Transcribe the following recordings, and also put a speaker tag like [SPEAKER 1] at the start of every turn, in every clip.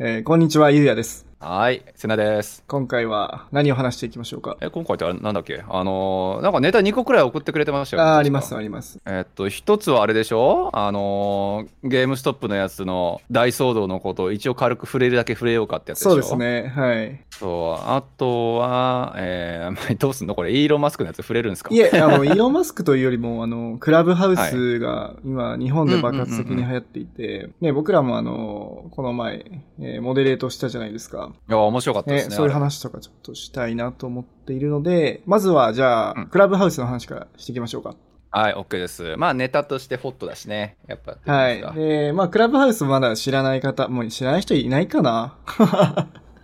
[SPEAKER 1] えーこんにちは、ゆうやです。
[SPEAKER 2] はい、せなです。
[SPEAKER 1] 今回は何を話していきましょうか。
[SPEAKER 2] え、今回ってあれなんだっけあのーなんかネタ2個くらい送ってくれてましたよね。
[SPEAKER 1] あー、
[SPEAKER 2] 確か
[SPEAKER 1] あります、。あります。
[SPEAKER 2] えっと、一つはあれでしょあのーゲームストップのやつの大騒動のことを一応軽く触れるだけ触れようかってやつでしょ
[SPEAKER 1] そうです。ね。はい。
[SPEAKER 2] そう。あとは、えー、 どうすんのこれ、イーロン・マスクのやつ触れるんですか
[SPEAKER 1] いえ、あ の、イーロン・マスクというよりも、あの、クラブハウスが今、日本で爆発的に流行っていて、ね、僕らもあの、この前、えーモデレートしたじゃないですか。
[SPEAKER 2] いや、面白かったで
[SPEAKER 1] ね、
[SPEAKER 2] すね。
[SPEAKER 1] そういう
[SPEAKER 2] あれ
[SPEAKER 1] 話とかちょっとしたいなと思っているので、まずは、じゃあ、
[SPEAKER 2] うん
[SPEAKER 1] クラブハウスの話からしていきましょうか。
[SPEAKER 2] はい、OK です。まあ、ネタとしてホットだしね。やっぱ。
[SPEAKER 1] はい。で、まあ、クラブハウスまだ知らない方、もう知らない人いないかな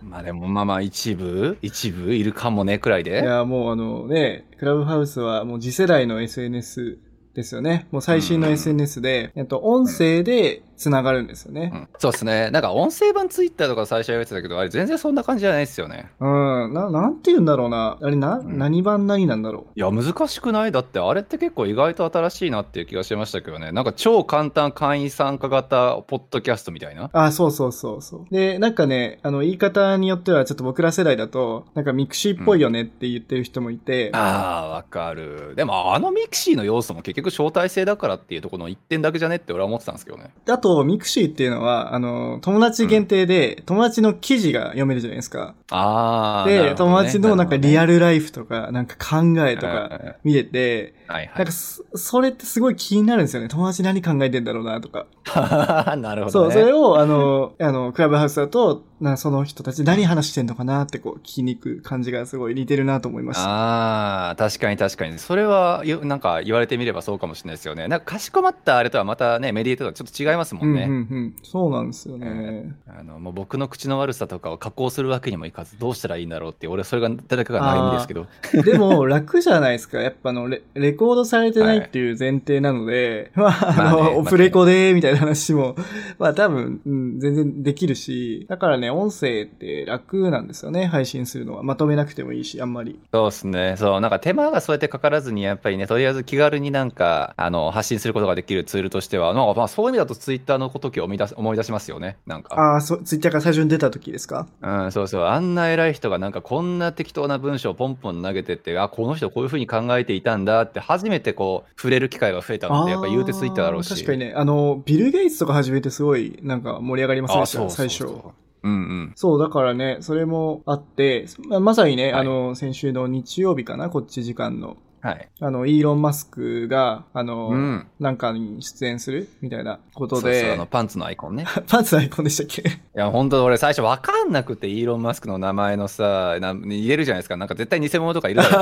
[SPEAKER 2] まあでも、まあまあ、一部、一部いるかもね、くらい
[SPEAKER 1] い
[SPEAKER 2] で。
[SPEAKER 1] や、もうあのね、クラブハウスはもう次世代の SNS ですよね。もう最新の
[SPEAKER 2] うん
[SPEAKER 1] SNS で、えっと、音声で繋がるんですよ
[SPEAKER 2] う
[SPEAKER 1] ね。
[SPEAKER 2] んそうですね。なんか音声版ツイッターとか最初は言ってたけど、あれ全然そんな感じじゃないですよね。
[SPEAKER 1] うん、な、なんて言うんだろうな。あれな、
[SPEAKER 2] うん
[SPEAKER 1] 何番何なんだろ
[SPEAKER 2] いや、難しくないだってあれって結構意外と新しいなっていう気がしましたけどね。なんか超簡単会員参加型ポッドキャストみたいな。
[SPEAKER 1] う。あ、そうそうそうそう。で、なんかね、あの、言い方によっては、ちょっと僕ら世代だと、なんかミクシーっぽいよねって言ってる人もいて、
[SPEAKER 2] ああ、わかる。でもあのミクシーの要素も結局招待制だからっていうところの一点だけじゃねって俺は思ってたんですけどね。
[SPEAKER 1] あと、ミクシーっていうのは、あの、友達限定で、友達の記事が読めるじゃないですか。
[SPEAKER 2] ああ。なるほ
[SPEAKER 1] で、
[SPEAKER 2] ど
[SPEAKER 1] 友
[SPEAKER 2] ね
[SPEAKER 1] 達のなんかリア
[SPEAKER 2] ル
[SPEAKER 1] ルライフとか、なんか考えとか、
[SPEAKER 2] うんうん
[SPEAKER 1] 見れて、
[SPEAKER 2] はい
[SPEAKER 1] なんかそ、それってすごい気になるんですよね。友達何考えてんだろうなとか。
[SPEAKER 2] はい。 なるほ
[SPEAKER 1] そ
[SPEAKER 2] ど、
[SPEAKER 1] う、
[SPEAKER 2] ね。
[SPEAKER 1] それを、あの、 あの、クラブハウスだと、なその人たち何話してんのかなってこう、聞きに行く感じがすごい似てるなと思いました。
[SPEAKER 2] ああ、確かに確かに。それはよ、なんか言われてみればそうかもしれないですよね。なんかかしこまったあれとはまたね、メディアとはちょっと違いますも
[SPEAKER 1] うんんう
[SPEAKER 2] ね。
[SPEAKER 1] んうん。そうなんですよね。
[SPEAKER 2] あのもう僕の口の悪さとかを加工するわけにもいかず、どうしたらいいんだろうって、俺、それが誰かが悩みですけど。
[SPEAKER 1] でも、楽じゃないですか。やっぱあのレ、レコードされてないっていう前提なの で、まあ、あの、
[SPEAKER 2] まあね
[SPEAKER 1] オフレコで、みたいな話も、 まあ多分、うん、全然できるし、だからね、音声って楽なんですよね、配信するのは。まとめなくてもいいし、あんまり。
[SPEAKER 2] そうですね。そう、なんか手間がそうやってかからずに、やっぱりね、とりあえず気軽になんか、あの、発信することができるツールとしては、なんかまあ、そういう意味だとツイッターのこときを思い出す思い出しますよね。なんか。
[SPEAKER 1] ああ、そう、ツイッターから最初に出た時ですか
[SPEAKER 2] うん、そうそう。あんな偉い人がなんかこんな適当な文章をポンポン投げてって、あ、この人こういうふうに考えていたんだって、初めてこう、触れる機会が増えたので、やっぱ言うてツイッターだろうし。
[SPEAKER 1] 確かにね、あの、ビル・ゲイツとか始めてすごい、なんか盛り上がりません
[SPEAKER 2] あ、
[SPEAKER 1] でし
[SPEAKER 2] そう
[SPEAKER 1] た、
[SPEAKER 2] そう
[SPEAKER 1] 最
[SPEAKER 2] そ
[SPEAKER 1] 初
[SPEAKER 2] う。。うんうん。
[SPEAKER 1] そう、だからね、それもあって、ままさにね、
[SPEAKER 2] はい
[SPEAKER 1] あの、先週の日曜日かな、こっち時間の。
[SPEAKER 2] はい。
[SPEAKER 1] あの、イーロン・マスクが、あの、
[SPEAKER 2] うん。
[SPEAKER 1] なんかに出演するみたいなこと
[SPEAKER 2] そうそうあ
[SPEAKER 1] で
[SPEAKER 2] の、パンツのアイコ ンね。
[SPEAKER 1] パンツのアイコンでしたっけ
[SPEAKER 2] いや、本当俺最初わかんなくて、イーロン・マスクの名前のさ、な入れるじゃないですか。なんか絶対偽物とかいるだろ う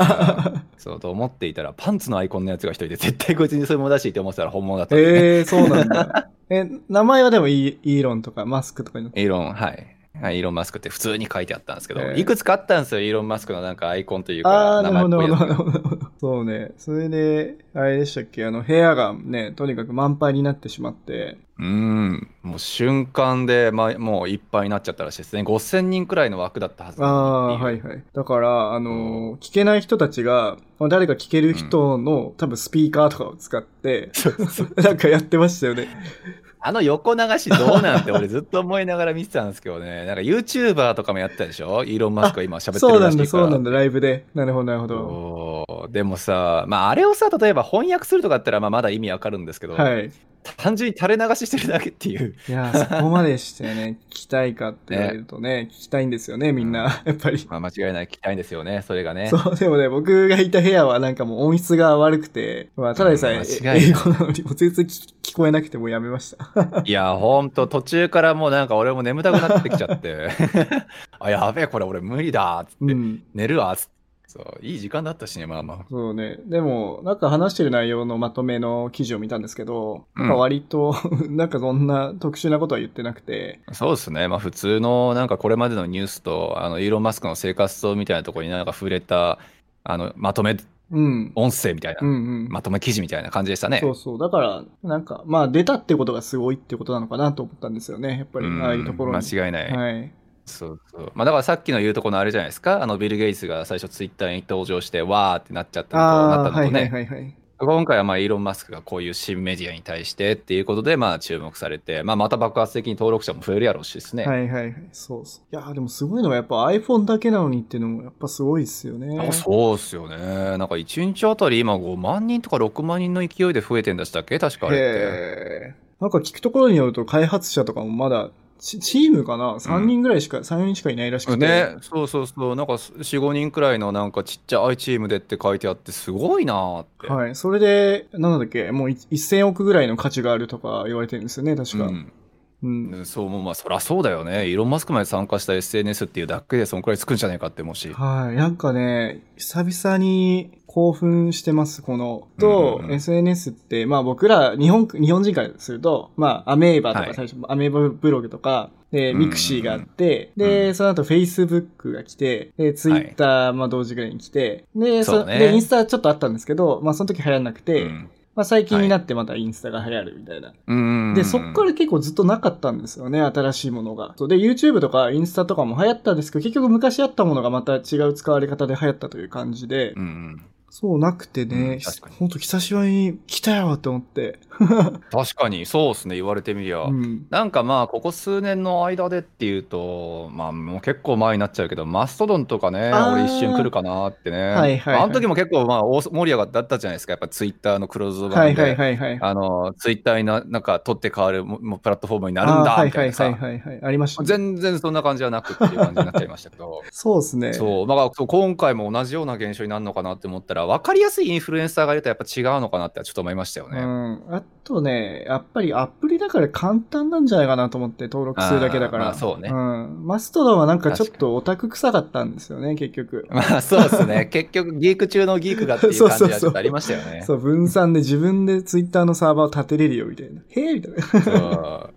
[SPEAKER 2] なそうと思っていたら、パンツのアイコンのやつが一人で、絶対こいつ偽物だしって思ってたら本物だったっていうね、
[SPEAKER 1] ええー、そうなんだ。 え、名前はでもイーイーロンとかマスクとかになって
[SPEAKER 2] イーロン、はい。はいイーロン・マスクって普通に書いてあったんですけど、
[SPEAKER 1] えー
[SPEAKER 2] いくつかあったんですよ、イーロン・マスクのなんかアイコンという
[SPEAKER 1] あ
[SPEAKER 2] か、
[SPEAKER 1] あ、なるほど、な
[SPEAKER 2] 名
[SPEAKER 1] る
[SPEAKER 2] 前
[SPEAKER 1] ほ
[SPEAKER 2] っぽいやつ
[SPEAKER 1] ど、なるほど。そうね。それで、あれでしたっけ、あの、部屋がね、とにかく満杯になってしまって、
[SPEAKER 2] うーん、もう瞬間で、まあ、もういっぱいになっちゃったらしいですね。5000人くらいの枠だったはず。
[SPEAKER 1] ああ、はいいはい。だから、あのー聞けない人たちが、まあ誰か聞ける人の、多分スピーカーとかを使って、なんかやってましたよね。
[SPEAKER 2] あの横流しどうなんて俺ずっと思いながら見てたんですけどね。 なんか YouTuber とかもやったでしょイーロン・マスクが今喋って
[SPEAKER 1] そう
[SPEAKER 2] る
[SPEAKER 1] な
[SPEAKER 2] らし
[SPEAKER 1] ん
[SPEAKER 2] いか
[SPEAKER 1] だ、
[SPEAKER 2] ら。
[SPEAKER 1] そうなんだ、ライブで。なるほど、なるほど。
[SPEAKER 2] そうでもさ、まあ、あれをさ、例えば翻訳するとかだったら、まあ、まだ意味わかるんですけど、
[SPEAKER 1] はい。
[SPEAKER 2] 単純に垂れ流ししてるだけっていう。
[SPEAKER 1] いやー、そこまでしてね、聞きたいかって言われるとね、聞きたいんですよね、みんな。やっぱり。
[SPEAKER 2] まあ、間違いない聞きたいんですよね、それがね。
[SPEAKER 1] そう、でもね、僕がいた部屋はなんかもう音質が悪くて、まあ、ただでさえ
[SPEAKER 2] うん間違いない
[SPEAKER 1] 英語なのに、もう全然聞聞こえなくてもうやめま した。
[SPEAKER 2] いや、ほんと、途中からもうなんか俺も眠たくなってきちゃって、 あ、やべえ、これ俺無理だ、つって、
[SPEAKER 1] うん。
[SPEAKER 2] 寝るわ、つって。そう、いい時間だったしね、まあまあ。
[SPEAKER 1] そうね。でも、なんか話してる内容のまとめの記事を見たんですけど、
[SPEAKER 2] うん
[SPEAKER 1] なんか割と、 なんかそんな特殊なことは言ってなくて、
[SPEAKER 2] そうですね。まあ普通のなんかこれまでのニュースと、あの、イーロン・マスクの生活とみたいなところになんか触れた、あの、まとめ
[SPEAKER 1] うん。
[SPEAKER 2] 音声みたいな、
[SPEAKER 1] うんうん。
[SPEAKER 2] まとめ記事みたいな感じでしたね。
[SPEAKER 1] そうそう。だから、なんか、まあ出たってことがすごいってことなのかなと思ったんですよね。やっぱり、
[SPEAKER 2] うん
[SPEAKER 1] ああいうところに。
[SPEAKER 2] 間違いない。
[SPEAKER 1] はい。
[SPEAKER 2] そうそう。まあだからさっきの言うとこのあれじゃないですか。あの、ビル・ゲイツが最初ツイッターに登場して、わーってなっちゃったのと、な
[SPEAKER 1] あ
[SPEAKER 2] っ
[SPEAKER 1] あ
[SPEAKER 2] た
[SPEAKER 1] ー、は
[SPEAKER 2] の
[SPEAKER 1] い
[SPEAKER 2] とね。
[SPEAKER 1] はいはいはい。
[SPEAKER 2] 今回はまあイーロン・マスクがこういう新メディアに対してっていうことでまあ注目されて、まあ、また爆発的に登録者も増えるやろうしですね。
[SPEAKER 1] はいはいはい。そうそう。いやー、でもすごいのはやっぱ iPhone だけなのにっていうのもやっぱすごいですよね。
[SPEAKER 2] あそうっすよね。なんか1日あたり今5万人とか6万人の勢いで増えてんだしたっけ確かあれって。
[SPEAKER 1] へーなんか聞くところによると開発者とかもまだ、チチームかな ?3 人ぐらいしか、三人しかいないらしくて。
[SPEAKER 2] ね、そうそうそう、なんか4,5人くらいのなんかちっちゃいチームでって書いてあって、すごいなーって。
[SPEAKER 1] はい。それで、なんだっけ、もうい1000億ぐらいの価値があるとか言われてるんですよね、確か。
[SPEAKER 2] うん
[SPEAKER 1] うん。
[SPEAKER 2] そう、もうまあ、そりゃそうだよね。イーロン・マスクまで参加した SNS っていうだけで、そのくらいつくんじゃねえかって思うし。
[SPEAKER 1] はい。なんかね、久々に興奮してます、この。と、
[SPEAKER 2] うんうんうん
[SPEAKER 1] SNS って、まあ僕ら、日本、日本人からすると、まあアメーバと
[SPEAKER 2] は
[SPEAKER 1] か
[SPEAKER 2] い
[SPEAKER 1] 最初、アメーバブログとか、で、
[SPEAKER 2] うんうんう
[SPEAKER 1] ミ
[SPEAKER 2] ん
[SPEAKER 1] クシーがあって、
[SPEAKER 2] う
[SPEAKER 1] で、
[SPEAKER 2] ん
[SPEAKER 1] その後 Facebook が来て、で、Twitter、まあ同時ぐらいに来て、で、
[SPEAKER 2] そうね
[SPEAKER 1] で、インスタちょっとあったんですけど、まあその時流行らなくて、
[SPEAKER 2] うん
[SPEAKER 1] まあ最近になってまたインスタが流行るみたいな。
[SPEAKER 2] うんうんうん
[SPEAKER 1] で、そっから結構ずっとなかったんですよね、新しいものが。そうで、YouTube とかインスタとかも流行ったんですけど、結局昔あったものがまた違う使われ方で流行ったという感じで、
[SPEAKER 2] うんうん
[SPEAKER 1] そうなくて
[SPEAKER 2] う
[SPEAKER 1] ね
[SPEAKER 2] ん、確かに
[SPEAKER 1] ほんと久しぶりに来たよと思って。
[SPEAKER 2] 確かに、そうですね、言われてみりゃ。
[SPEAKER 1] うん。
[SPEAKER 2] なんかまあ、ここ数年の間でっていうと、まあ、もう結構前になっちゃうけど、マストドンとかね、
[SPEAKER 1] あー
[SPEAKER 2] 俺一瞬来るかなってね。
[SPEAKER 1] はいはいはい
[SPEAKER 2] あの時も結構、まあ、大盛り上がったじゃないですか、やっぱツイッターのクローズド
[SPEAKER 1] は
[SPEAKER 2] 版
[SPEAKER 1] いはい
[SPEAKER 2] で。
[SPEAKER 1] はいはい。
[SPEAKER 2] あのツイッターにななんか取って変わるももうプラットフォームにな
[SPEAKER 1] あ
[SPEAKER 2] るんだ
[SPEAKER 1] ー
[SPEAKER 2] みたいなさ、
[SPEAKER 1] はいはいはいはいはい。ありましたね、
[SPEAKER 2] 全然そんな感じはなくっていう感じになっちゃいましたけ ど
[SPEAKER 1] そうですね。
[SPEAKER 2] そう,、まあ、そう今回も同じような現象になるのかなって思ったら分かりやすいインフルエンサーがいるとやっぱ違うのかなってちょっと思いましたよ
[SPEAKER 1] う
[SPEAKER 2] ね。
[SPEAKER 1] ん。あとね、やっぱりアプリだから簡単なんじゃないかなと思って登録するだけだから。
[SPEAKER 2] あーまあそうね
[SPEAKER 1] ん。マストドンはなんかちょっとオタク臭かったんですよね、結局。
[SPEAKER 2] まあそうで すね結局ギーク中のギークがっていう感じはちょっとありましたよね。
[SPEAKER 1] そう、分散で自分でツイッターのサーバーを立てれるよみたいな。 へえみたいな。
[SPEAKER 2] そう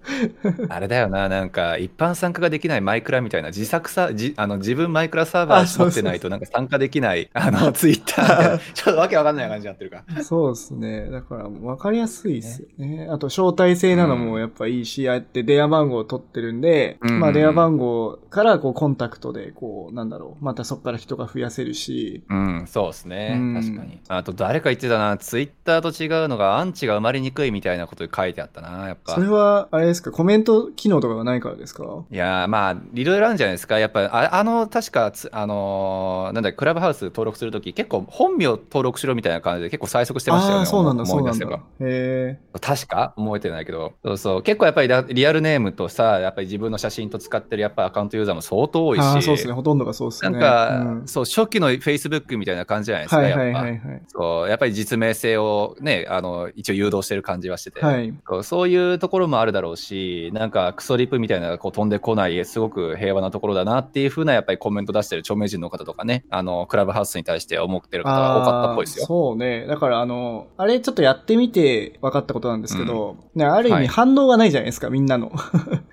[SPEAKER 2] あれだよななんか一般参加ができないマイクラみたいな自作さじあの自分マイクラサーバ
[SPEAKER 1] あ
[SPEAKER 2] ー持ってないとなんか参加で きないあのツイッターみたいなちょっとわけわかんない感じになってるか。
[SPEAKER 1] そうですね。だから、分かりやすいですよね。あと、招待制なのもやっぱいいし、ああやって電話番号を取ってるんで、
[SPEAKER 2] うん
[SPEAKER 1] まあ、電話番号から、こう、コンタクトで、こう、なんだろう、またそこから人が増やせるし、
[SPEAKER 2] うん、そうですね、
[SPEAKER 1] うん
[SPEAKER 2] 確かに。あと、誰か言ってたな、ツイッターと違うのが、アンチが生まれにくいみたいなこと書いてあったな、やっぱ
[SPEAKER 1] そ。れは、あれですか、コメント機能とかがないからですか
[SPEAKER 2] いやーまあ、いろいろあるんじゃないですか、やっぱ、ああの、確かつ、あのーなんだクラブハウス登録するとき、結構、本名登録しろみたいな感じで、結構催促してましたよ
[SPEAKER 1] あ
[SPEAKER 2] ね、
[SPEAKER 1] あー、そうなんだ、
[SPEAKER 2] 思
[SPEAKER 1] そ
[SPEAKER 2] いう
[SPEAKER 1] な
[SPEAKER 2] 出
[SPEAKER 1] ん
[SPEAKER 2] せ
[SPEAKER 1] だ
[SPEAKER 2] ば。。
[SPEAKER 1] へえ。
[SPEAKER 2] 確か覚えてないけど、そうそう、結構やっぱりだリアルネームとさ、やっぱり自分の写真と使ってるやっぱアカウントユーザーも相当多いし、
[SPEAKER 1] ああ、そうですね、ほとんどがそうです
[SPEAKER 2] な
[SPEAKER 1] ね。
[SPEAKER 2] んか、
[SPEAKER 1] うん
[SPEAKER 2] そう、初期の Facebook みたいな感じじゃないですか、
[SPEAKER 1] はいはい
[SPEAKER 2] やっぱ
[SPEAKER 1] は。いはい。
[SPEAKER 2] そうやっぱり実名性をねあの一応誘導してる感じはしてて、
[SPEAKER 1] はい。
[SPEAKER 2] こうそういうところもあるだろうしなんかクソリップみたいなのがこう飛んでこないすごく平和なところだなっていうふうなやっぱりコメント出してる著名人の方とかねあのクラブハウスに対して思ってる方が多かったっぽいです
[SPEAKER 1] あー
[SPEAKER 2] よ。
[SPEAKER 1] そうね。だから、あの、あれちょっとやってみて分かったことなんですけど、ね、ある意
[SPEAKER 2] は
[SPEAKER 1] 味
[SPEAKER 2] い
[SPEAKER 1] 反応がないじゃないですか、みんなの。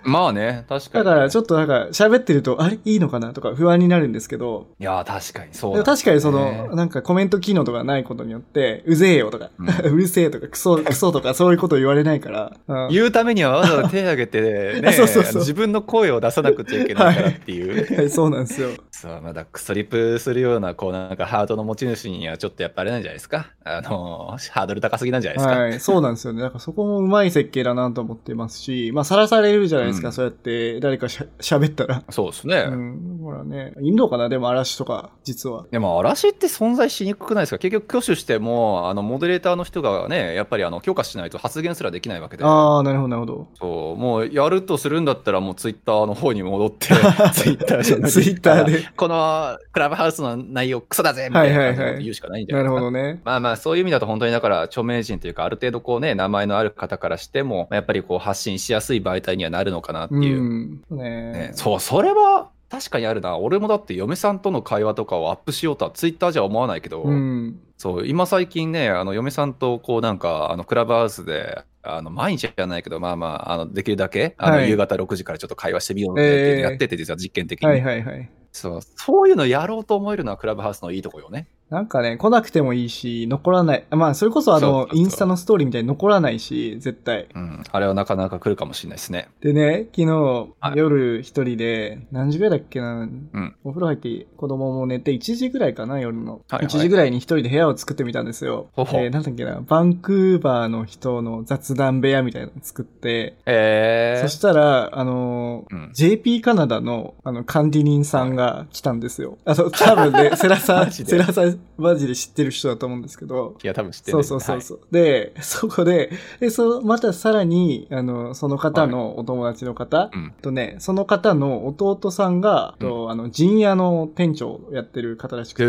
[SPEAKER 2] まあね確か
[SPEAKER 1] だ
[SPEAKER 2] に。
[SPEAKER 1] から、ち
[SPEAKER 2] ょ
[SPEAKER 1] ょ
[SPEAKER 2] っ
[SPEAKER 1] っとなんか、喋ってると、あれいいのかなとか不安になるんですけど、
[SPEAKER 2] といやー確かにそう
[SPEAKER 1] でも
[SPEAKER 2] だ
[SPEAKER 1] 確かにそ
[SPEAKER 2] ね
[SPEAKER 1] の、なんかコメント機能とかないことによって、うぜえよとか、
[SPEAKER 2] う
[SPEAKER 1] うるせえとか、クソ、クソとか、そういうこと言われないから、うん
[SPEAKER 2] 言うためにはわざわざ手を挙げて
[SPEAKER 1] あ
[SPEAKER 2] ね
[SPEAKER 1] そうそうそう
[SPEAKER 2] 自分の声を出さなくちゃいけないからっていう。
[SPEAKER 1] はいそうなんですよ。
[SPEAKER 2] そう、まだクソリップするような、こうなんかハートの持ち主にはちょっとやっぱあれなんじゃないですかあの、ハードル高すぎなんじゃないですか、
[SPEAKER 1] はい、そうなんですよね。だからそこもうまい設計だなと思ってますし、まあ、さらされるじゃないですか、
[SPEAKER 2] うん
[SPEAKER 1] そうやって誰かしゃ喋ったら。
[SPEAKER 2] そうですね。
[SPEAKER 1] うん、ほらね、インドかな、でも嵐とか、実は。
[SPEAKER 2] でも嵐って存在しにくくないですか結局挙手してもあのモデレーターの人がねやっぱりあの許可しないと発言すらできないわけで
[SPEAKER 1] ああ、なるほど、なるほど。
[SPEAKER 2] そうもうやるとするんだったらもうツイッターの方に戻って ツイッターじゃなくて
[SPEAKER 1] ツイッターで
[SPEAKER 2] このクラブハウスの内容クソだぜみたいな感じのこと言うしかないんじゃな
[SPEAKER 1] ない
[SPEAKER 2] で
[SPEAKER 1] る
[SPEAKER 2] すか
[SPEAKER 1] ほどね。
[SPEAKER 2] まあまあそういう意味だと本当にだから著名人というかある程度こうね名前のある方からしてもやっぱりこう発信しやすい媒体にはなるのかなって
[SPEAKER 1] う
[SPEAKER 2] いう、
[SPEAKER 1] ん。ね
[SPEAKER 2] ね、そうそれは確かにあるな俺もだって嫁さんとの会話とかをアップしようとはツイッターじゃ思わないけど、
[SPEAKER 1] うん。
[SPEAKER 2] そう今最近ねあの嫁さんとこうなんかあのクラブハウスであの毎日じゃないけどまあまああのできるだけあ
[SPEAKER 1] は
[SPEAKER 2] の
[SPEAKER 1] い
[SPEAKER 2] 夕方6時からちょっと会話してみようねっていうのやってて実は実験的に、
[SPEAKER 1] はいはいはい。
[SPEAKER 2] そうそういうのやろうと思えるのはクラブハウスのいいとこよね
[SPEAKER 1] なんかね、来なくてもいいし、残らない。まあ、それこそあ
[SPEAKER 2] そうそ
[SPEAKER 1] の
[SPEAKER 2] う、そう
[SPEAKER 1] インスタのストーリーみたいに残らないし、絶対。
[SPEAKER 2] うん。あれはなかなか来るかもしれないですね。
[SPEAKER 1] でね、昨日
[SPEAKER 2] は、い
[SPEAKER 1] 夜一人で、何時ぐらいだっけな、
[SPEAKER 2] うん
[SPEAKER 1] お風呂入って子供も寝て、1時ぐらいかな、夜の。
[SPEAKER 2] はいはい
[SPEAKER 1] 1時ぐらいに一人で部屋を作ってみたんですよ。
[SPEAKER 2] ほほ
[SPEAKER 1] えーなんだっけな、バンクーバーの人の雑談部屋みたいなの作って、
[SPEAKER 2] え
[SPEAKER 1] そ
[SPEAKER 2] ー。
[SPEAKER 1] したら、あのー
[SPEAKER 2] うん
[SPEAKER 1] JP カナダの、あの、管理人さんが来たんですよ。あの、多分 ね、セラさん、
[SPEAKER 2] マジで
[SPEAKER 1] セラさん、マジで知ってる人だと思うんですけど、
[SPEAKER 2] いや、多分知ってる。
[SPEAKER 1] そうそうそうそう、で、そこで、で、その、またさらに、あの、その方のお友達の方
[SPEAKER 2] はい。うん。
[SPEAKER 1] とね、その方の弟さんが、
[SPEAKER 2] うん
[SPEAKER 1] とあの、陣屋の店長をやってる方らし
[SPEAKER 2] え
[SPEAKER 1] く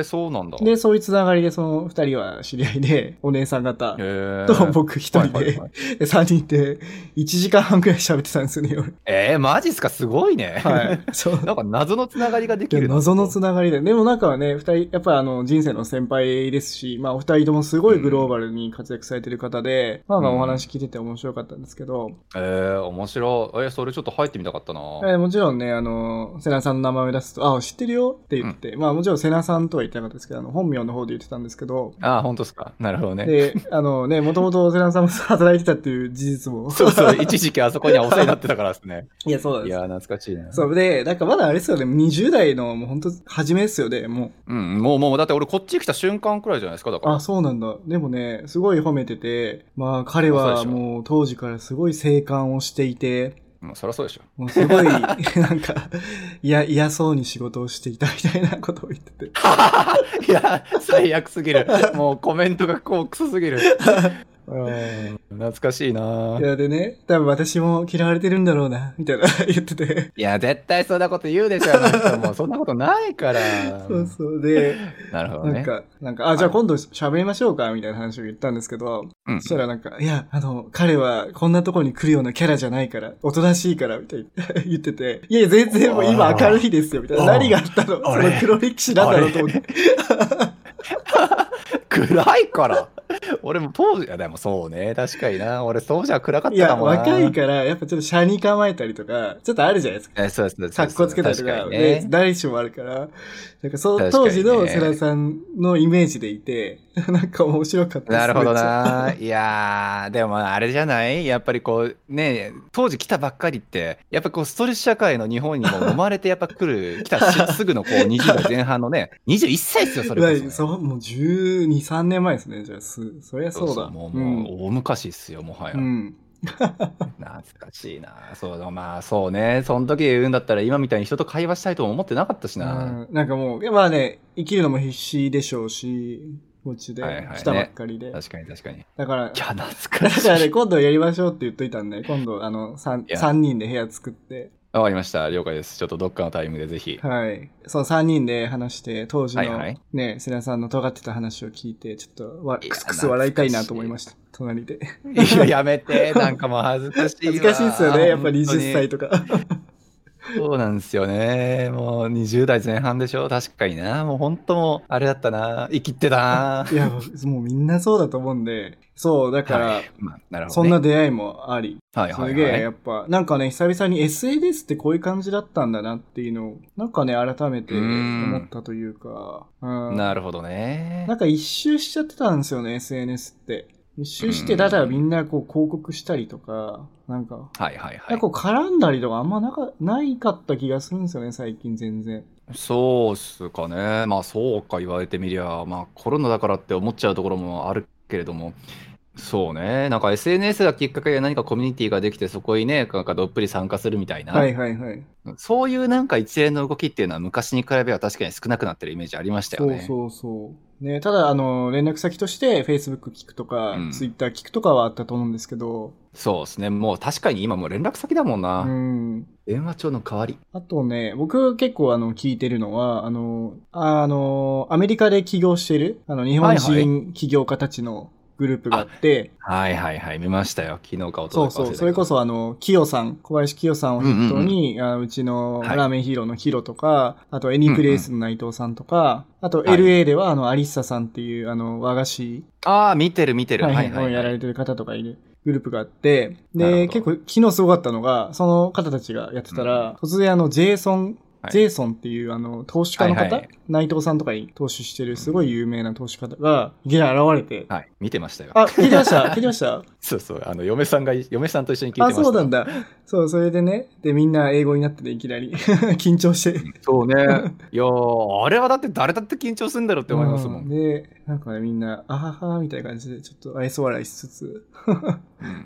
[SPEAKER 2] ー、そうなんだ。
[SPEAKER 1] て、で、そういうつながりで、その二人は知り合いで、お姉さん方
[SPEAKER 2] えー。
[SPEAKER 1] と僕一人
[SPEAKER 2] はいはい
[SPEAKER 1] で
[SPEAKER 2] はい、
[SPEAKER 1] で三人で、一時間半くらい喋ってたんですよね、夜。
[SPEAKER 2] えー、マジっすかすごいね。
[SPEAKER 1] はい。そう。
[SPEAKER 2] なんか謎のつながりがで
[SPEAKER 1] い
[SPEAKER 2] き
[SPEAKER 1] や
[SPEAKER 2] るな
[SPEAKER 1] 謎のつながりで。でもなんかね、二人、やっぱあの、人生の先輩ですし、まあお二人ともすごいグローバルに活躍されてる方で、まあまあ
[SPEAKER 2] うん
[SPEAKER 1] お話聞いてて面白かったんですけど、
[SPEAKER 2] えー、面白い。えー、それちょっと入ってみたかったな。
[SPEAKER 1] えーもちろんね、あの、瀬名さんの名前を出すと、あ、知ってるよって言って、まあもちろん瀬名さんとは言ってなかったですけど、あの、本名の方で言ってたんですけど、
[SPEAKER 2] ああ、本当ですか。なるほどね。
[SPEAKER 1] で、あのね、もともと瀬名さんも働いてたっていう事実も。
[SPEAKER 2] そうそう、一時期あそこにはお世話になってたからですね。
[SPEAKER 1] いや、そうなん
[SPEAKER 2] い
[SPEAKER 1] です。
[SPEAKER 2] やー、懐かしいな。
[SPEAKER 1] そうで、なんかまだあれですよね、20代のもう本当初めですよね、もう。
[SPEAKER 2] うん、もうもう、だって俺こっち来た瞬間くらいじゃないですか、だから。
[SPEAKER 1] あ、そうなんだ。でもね、すごい褒めてて、まあ彼はもう当時からすごい生還をしていて、
[SPEAKER 2] うん、そりゃそうでしょ。
[SPEAKER 1] もうす ごい、なんか、いや、嫌そうに仕事をしていたみたいなことを言ってて。
[SPEAKER 2] いや、最悪すぎる。もうコメントがこう、クソすぎる。うん懐かしいない
[SPEAKER 1] や、でね、多分私も嫌われてるんだろうな、みたいな 言ってて。
[SPEAKER 2] いや、絶対そんなこと言うでしょ、あの人もうそんなことないから。
[SPEAKER 1] そうそう。で、
[SPEAKER 2] なるほ
[SPEAKER 1] な
[SPEAKER 2] ど
[SPEAKER 1] ん
[SPEAKER 2] ね。
[SPEAKER 1] か、なんか、あ、じゃあ今度喋りましょうか、みたいな話を言ったんですけど、
[SPEAKER 2] うん
[SPEAKER 1] そしたらなんか、いや、あの、彼はこんなとこに来るようなキャラじゃないから、おとなしいから、みたいな 言ってて、いやいや、全然もう今明るいですよ、みたいな。
[SPEAKER 2] あー
[SPEAKER 1] 何があったのそ
[SPEAKER 2] あれ
[SPEAKER 1] の黒歴史なんだろうと思って。
[SPEAKER 2] 暗いから。俺も当時、いやでもそうね、確かにな。俺当時は暗かっ
[SPEAKER 1] い
[SPEAKER 2] た
[SPEAKER 1] や、
[SPEAKER 2] かもな。
[SPEAKER 1] 若いから、やっぱちょっと車に構えたりとか、ちょっとあるじゃないですか。
[SPEAKER 2] えそうですそうです。
[SPEAKER 1] 格好つけたりと
[SPEAKER 2] 確
[SPEAKER 1] か、
[SPEAKER 2] かに
[SPEAKER 1] ね、
[SPEAKER 2] ね。
[SPEAKER 1] 誰しもあるから、なんかそう、
[SPEAKER 2] 確か
[SPEAKER 1] 当
[SPEAKER 2] にね
[SPEAKER 1] 時の世良さんのイメージでいて、 なんか面白かったです
[SPEAKER 2] なるほど。な。 いやー、でもあれじゃないやっぱりこう、ね、当時来たばっかりって、やっぱこう、ストレス社会の日本にも飲まれて、やっぱ来る、来たしすぐのこう、20代前半のね、21歳ですよ、そ
[SPEAKER 1] そ
[SPEAKER 2] れ
[SPEAKER 1] れ
[SPEAKER 2] こ
[SPEAKER 1] こ
[SPEAKER 2] そ
[SPEAKER 1] そ
[SPEAKER 2] ね、
[SPEAKER 1] ねそう、もう12、3年前ですね、じゃあ、す、そりゃそうだ。
[SPEAKER 2] もう、
[SPEAKER 1] ん
[SPEAKER 2] もう、大昔っすよ、もはや。
[SPEAKER 1] うん。
[SPEAKER 2] 懐かしいな。そう、まあ、そうね。その時言うんだったら、今みたいに人と会話したいとも思ってなかったしな。
[SPEAKER 1] うんなんかもう、まあね、生きるのも必死でしょうし、こっちで
[SPEAKER 2] はいはいね
[SPEAKER 1] 来たばっかりで。
[SPEAKER 2] 確かに確かに。い
[SPEAKER 1] だから、
[SPEAKER 2] や、懐か
[SPEAKER 1] だ
[SPEAKER 2] しい。
[SPEAKER 1] からね、今度やりましょうって言っといたんで、今度、あの、3,
[SPEAKER 2] いや
[SPEAKER 1] 三人で部屋作って、
[SPEAKER 2] わかりました。了解です。ちょっとどっかのタイミングでぜひ。
[SPEAKER 1] はい。そう、3人で話して、当時の、
[SPEAKER 2] はいはい
[SPEAKER 1] ね、瀬名さんの尖ってた話を聞いて、ちょっとわ、
[SPEAKER 2] いや
[SPEAKER 1] クスクス笑いたいなと思いました。隣で。
[SPEAKER 2] い や、やめて。なんかもう恥ずかしいわ。
[SPEAKER 1] 恥ずかしいですよね、やっぱり20歳
[SPEAKER 2] と
[SPEAKER 1] と か。
[SPEAKER 2] そうなんですよね。もう20代前半でしょ。確かにな。もう本当もう、あれだったな。生きってた
[SPEAKER 1] 。
[SPEAKER 2] な
[SPEAKER 1] いや、もうみんなそうだと思うんで、そう、だから、
[SPEAKER 2] はい、まあ、なるほ
[SPEAKER 1] そ
[SPEAKER 2] ど、
[SPEAKER 1] ん
[SPEAKER 2] ね。
[SPEAKER 1] な出会いもあり、
[SPEAKER 2] はいはいはい
[SPEAKER 1] すげえ、やっぱ、なんかね、久々に SNS ってこういう感じだったんだなっていうのを、なんかね、改めて思ったというか、うん
[SPEAKER 2] なるほどね
[SPEAKER 1] な。んか一周しちゃってたんですよね、SNS って。一周し
[SPEAKER 2] う
[SPEAKER 1] て、
[SPEAKER 2] ん
[SPEAKER 1] だからみんなこう広告したりとか、なんか、
[SPEAKER 2] はいはいは
[SPEAKER 1] なん
[SPEAKER 2] い
[SPEAKER 1] か。こう絡んだりとかあんまなかないかった気がするんですよね、最近全然。
[SPEAKER 2] そうっすかね。まあそうか言われてみりゃ、まあコロナだからって思っちゃうところもあるけれども、そうね。なんか SNS がきっかけで何かコミュニティができて、そこにね、なんかどっぷり参加するみたいな。
[SPEAKER 1] はいはいはい。
[SPEAKER 2] そういうなんか一連の動きっていうのは昔に比べは確かに少なくなってるイメージありましたよ
[SPEAKER 1] そう
[SPEAKER 2] ね。
[SPEAKER 1] そうそう。ね、ただ、あの、連絡先として、Facebook 聞くとか、
[SPEAKER 2] うん
[SPEAKER 1] Twitter 聞くとかはあったと思うんですけど、
[SPEAKER 2] そうですね。もう確かに今もう連絡先だもんな。
[SPEAKER 1] うん。
[SPEAKER 2] 電話帳の代わり。
[SPEAKER 1] あとね、僕結構あの聞いてるのは、あの、あの、アメリカで起業してる、あの、日本
[SPEAKER 2] はい
[SPEAKER 1] 人起業家たちのグループがあって、
[SPEAKER 2] はいはいはい。見ましたよ。昨日かおと
[SPEAKER 1] そう
[SPEAKER 2] と
[SPEAKER 1] そう、それこそあの、キヨさん、小林キヨさんを筆頭に、あのうちの
[SPEAKER 2] はい
[SPEAKER 1] ラーメンヒーローのヒロとか、あとエニプレイスの内藤さんとか、あと
[SPEAKER 2] はい
[SPEAKER 1] LA ではあの、アリッサさんっていうあの、和菓子
[SPEAKER 2] ああ、見てる見てる。
[SPEAKER 1] は
[SPEAKER 2] はいい
[SPEAKER 1] は
[SPEAKER 2] はいい
[SPEAKER 1] はい、
[SPEAKER 2] はい。
[SPEAKER 1] やられてる方とかいるグループがあって、
[SPEAKER 2] なる
[SPEAKER 1] で、
[SPEAKER 2] ほど
[SPEAKER 1] 結構昨日すごかったのが、その方たちがやってたら、突然あの、ジェイソン
[SPEAKER 2] はい
[SPEAKER 1] ジェイソンっていうあの投資家の方、
[SPEAKER 2] はいはい
[SPEAKER 1] 内藤さんとかに投資してるすごい有名な投資家が、いきなり現れて、
[SPEAKER 2] はい、見てましたよ。
[SPEAKER 1] あ、聞いてま した聞いてました
[SPEAKER 2] そうそう、あの嫁さんが嫁さんと一緒に聞いてま
[SPEAKER 1] あ、
[SPEAKER 2] した。
[SPEAKER 1] そうなん。だ。そう、それでね、で、みんな英語になってて、いきなり。 緊張して。
[SPEAKER 2] そ うね。いやー、あれはだって誰だって緊張するんだろうって思いますもん。
[SPEAKER 1] うで、なんかね、みんな、あはは、みたいな感じで、ちょっと愛想笑いしつつ、
[SPEAKER 2] うん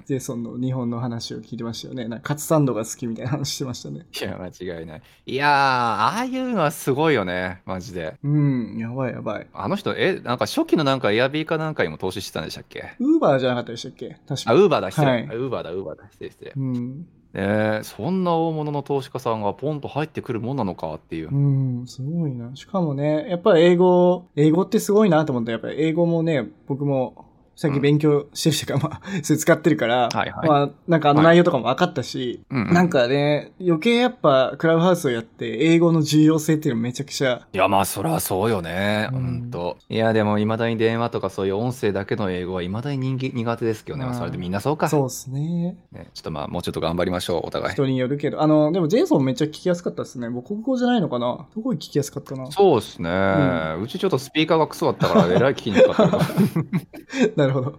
[SPEAKER 1] ジェイソンの日本の話を聞いてましたよね。なんか、カツサンドが好きみたいな話してましたね。
[SPEAKER 2] いや、間違いない。いやー、ああいうのはすごいよね、マジで。
[SPEAKER 1] うん、やばいやばい。
[SPEAKER 2] あの人、え、なんか初期のなんかエアビーかなんかにも投資してたんでしたっけ
[SPEAKER 1] ウーバーじゃなかったでしたっけ確
[SPEAKER 2] あ、
[SPEAKER 1] か
[SPEAKER 2] ウーバーだ、失
[SPEAKER 1] は
[SPEAKER 2] 礼。
[SPEAKER 1] い
[SPEAKER 2] ウーバーだ、ウーバーだ、失礼、失礼。ね
[SPEAKER 1] うん。
[SPEAKER 2] えそんな大物の投資家さんがポンと入ってくるもんなのかっていう
[SPEAKER 1] う。ん、すごいな。しかもね、やっぱり英語、英語ってすごいなと思ったやっぱり英語もね、僕も、最近勉強してるしか、まあ、 それ使ってるから、
[SPEAKER 2] はいはい
[SPEAKER 1] まあ、なんかあの内容とかも分かったし、
[SPEAKER 2] うんうん
[SPEAKER 1] なんかね、余計やっぱクラブハウスをやって、英語の重要性っていうのめちゃくちゃ。
[SPEAKER 2] いやまあそりゃそうよね、
[SPEAKER 1] う
[SPEAKER 2] うんん、といやでもいまだに電話とかそういう音声だけの英語はいまだに人気苦手ですけどね、まあ
[SPEAKER 1] うん
[SPEAKER 2] それでみんなそうか
[SPEAKER 1] そうですね。
[SPEAKER 2] ね、ちょっとまあもうちょっと頑張りましょうお互い
[SPEAKER 1] 人によるけど。あの、でもジェイソンめっちゃ聞きやすかったですね。母国語じゃないのかなすごい聞きやすかったな。
[SPEAKER 2] そうですね、うんちちょっとスピーカーがクソだったからえらい聞きにくかったけ ど
[SPEAKER 1] なるほど。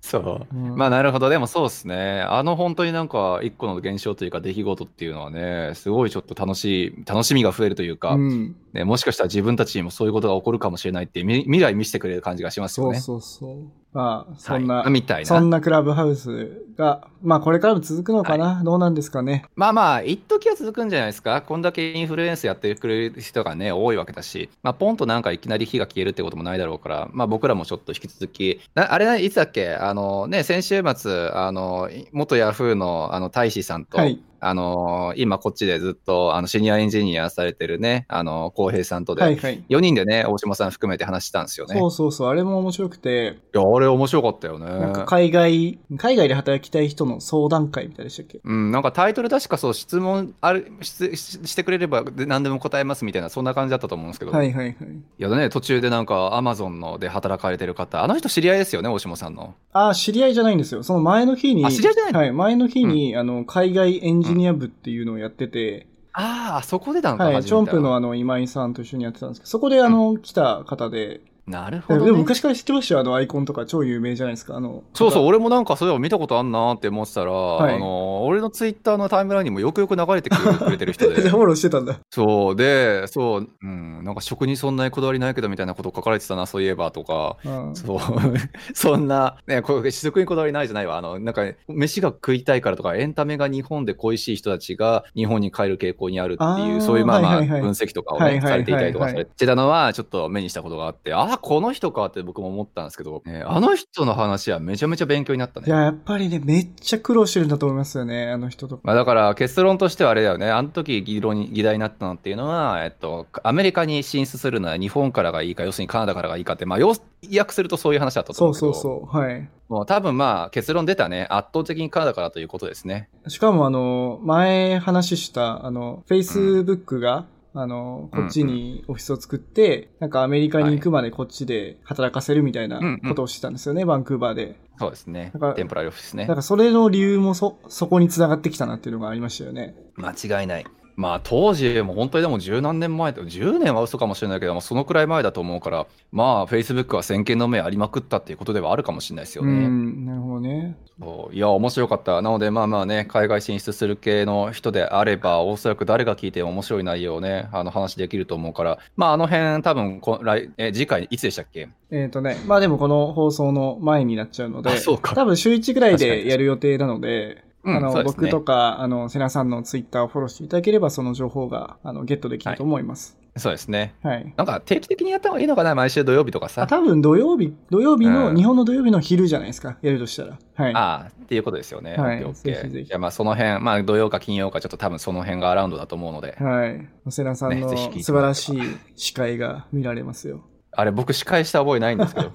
[SPEAKER 2] そう
[SPEAKER 1] うん
[SPEAKER 2] まあなるほどでもそうですねあの本当になんか一個の現象というか出来事っていうのはねすごいちょっと楽しい楽しみが増えるというか、
[SPEAKER 1] うん。
[SPEAKER 2] ね、もしかしたら自分たちにもそういうことが起こるかもしれないってみ未来見せてくれる感じがします
[SPEAKER 1] そ
[SPEAKER 2] よ
[SPEAKER 1] う
[SPEAKER 2] ね
[SPEAKER 1] そうそう。まあ、そ
[SPEAKER 2] はい
[SPEAKER 1] んな、
[SPEAKER 2] みたいな
[SPEAKER 1] そんなクラブハウスが、まあこれからも続くのかな、どうなんですかね。
[SPEAKER 2] まあまあ、一時は続くんじゃないですか。こんだけインフルエンスやってくれる人がね、多いわけだし、まあ、ポンとなんかいきなり火が消えるってこともないだろうから、まあ僕らもちょっと引き続き、なあれね、いつだっけあのね、先週末、あの、い元ヤフーの、あの、大使さんと、
[SPEAKER 1] はい。
[SPEAKER 2] あの、今こっちでずっと、あの、シニアエンジニアされてるね、あの、浩平さんとで、
[SPEAKER 1] はいはい。
[SPEAKER 2] 4人でね、大島さん含めて話したんですよね。い
[SPEAKER 1] そうそうそう、あれも面白くて、
[SPEAKER 2] や、あれ面白かったよね。
[SPEAKER 1] なんか海外、海外で働きたい人の相談会みたいでしたっけ
[SPEAKER 2] うん、なんかタイトル確かそう質問あるしししてくれればで何でも答えますみたいなそんな感じだったと思うんですけど、、
[SPEAKER 1] はいいはいはい。
[SPEAKER 2] やね途中でなんかアマゾンので働かれてる方あの人知り合いですよね大島さんの
[SPEAKER 1] あ、知り合いじゃないんですよ。その前の日に、
[SPEAKER 2] あ知り合いじゃないの
[SPEAKER 1] はい、前の日に、あの、海外エンジニア部っていうのをやってて、
[SPEAKER 2] ああそこでなんか
[SPEAKER 1] はい、チ
[SPEAKER 2] 初
[SPEAKER 1] ョ
[SPEAKER 2] め
[SPEAKER 1] ン
[SPEAKER 2] て
[SPEAKER 1] プのあの、今井さんと一緒にやってたんですけど、そこであの、来た方で、
[SPEAKER 2] なるほ
[SPEAKER 1] で
[SPEAKER 2] ど、ね、
[SPEAKER 1] でも昔から知ってましたよ、あの、アイコンとか超有名じゃないですか、あの、
[SPEAKER 2] そうそう
[SPEAKER 1] う。
[SPEAKER 2] 俺もなんかそういえば見たことあんなーって思ってたら、
[SPEAKER 1] い
[SPEAKER 2] あの俺のツイッターのタイムラインにもよくよく流れてくるくれてる人
[SPEAKER 1] フ
[SPEAKER 2] で
[SPEAKER 1] ォローしてたんだ。
[SPEAKER 2] そうでそう、うん、なんか食にそんなにこだわりないけどみたいなこと書かれてたなそういえばとか
[SPEAKER 1] うん
[SPEAKER 2] そう そんな、ね、こう食にこだわりないじゃないわあのなんか飯が食いたいからとかエンタメが日本で恋しい人たちが日本に帰る傾向にあるって
[SPEAKER 1] あ
[SPEAKER 2] い
[SPEAKER 1] ー
[SPEAKER 2] うそういうまあま
[SPEAKER 1] は
[SPEAKER 2] あ
[SPEAKER 1] いはいはい
[SPEAKER 2] 分析とかを
[SPEAKER 1] はいはい
[SPEAKER 2] ね
[SPEAKER 1] はい
[SPEAKER 2] されていたりとか
[SPEAKER 1] はい
[SPEAKER 2] されてたのはちょっと目にしたことがあってああこの人かって僕も思ったんですけど、ね、あの人の話はめちゃめちゃ勉強になった
[SPEAKER 1] い
[SPEAKER 2] ね。
[SPEAKER 1] や、やっぱりね、めっちゃ苦労してるんだと思いますよね、あの人とか。
[SPEAKER 2] まあ、だから結論としてはあれだよね、あの時議論に議題になったのっていうのは、えっと、アメリカに進出するのは日本からがいいか、要するにカナダからがいいかって、まあ、要す訳するとそういう話だったと
[SPEAKER 1] そ
[SPEAKER 2] 思う
[SPEAKER 1] う
[SPEAKER 2] けど
[SPEAKER 1] そうそう、はい。
[SPEAKER 2] もう多分まあ結論出たね。圧倒的にカナダからということですね。
[SPEAKER 1] しかもあの、前話した、あの、Facebook が、あの、こっちにオフィスを作って、なんかアメリカに行くまでこっちで働かせるみたいな
[SPEAKER 2] うんうん
[SPEAKER 1] ことをしてたんですよね、バンクーバーで。
[SPEAKER 2] そうですね
[SPEAKER 1] だから。
[SPEAKER 2] テンポラリーオフィスね
[SPEAKER 1] なん。かそれの理由もそ、そこに繋がってきたなっていうのがありましたよね。
[SPEAKER 2] 間違いない。まあ当時も本当にでも十何年前と、10年は嘘かもしれないけども、そのくらい前だと思うから、まあ Facebook は先見の目ありまくったっていうことではあるかもしれないですよ
[SPEAKER 1] う
[SPEAKER 2] ね。
[SPEAKER 1] ん、なるほどね。
[SPEAKER 2] そういや、面白かった。なのでまあまあね、海外進出する系の人であれば、おそらく誰が聞いても面白い内容をね、あの話できると思うから、まああの辺多分こ来、え次回いつでしたっけ
[SPEAKER 1] えっ、とね、まあでもこの放送の前になっちゃうので、
[SPEAKER 2] あそうか
[SPEAKER 1] 多分週1ぐらい
[SPEAKER 2] 確か
[SPEAKER 1] で
[SPEAKER 2] に
[SPEAKER 1] やる予定なので、
[SPEAKER 2] うん
[SPEAKER 1] あの、
[SPEAKER 2] そうですね
[SPEAKER 1] 僕とか、あの、瀬名さんのツイッターをフォローしていただければ、その情報が、あの、ゲットできると思います。
[SPEAKER 2] そうですね。
[SPEAKER 1] はい
[SPEAKER 2] なんか定期的にやった方がいいのかな毎週土曜日とかさ
[SPEAKER 1] あ。多分土曜日、土曜日の、
[SPEAKER 2] うん
[SPEAKER 1] 日本の土曜日の昼じゃないですか、やるとしたら。はい。
[SPEAKER 2] ああっていうことですよね。
[SPEAKER 1] はい
[SPEAKER 2] オッ
[SPEAKER 1] ぜ
[SPEAKER 2] ケーオッ
[SPEAKER 1] ひ
[SPEAKER 2] ケ
[SPEAKER 1] ぜ
[SPEAKER 2] ー
[SPEAKER 1] ひ
[SPEAKER 2] いやまあその辺、まあ土曜か金曜かちょっと多分その辺がアラウンドだと思うので、
[SPEAKER 1] はい。セナさんの
[SPEAKER 2] ねぜひ聞いて
[SPEAKER 1] 素晴らしい司会が見られますよ。
[SPEAKER 2] あれ僕司会した覚えないんですけ ど。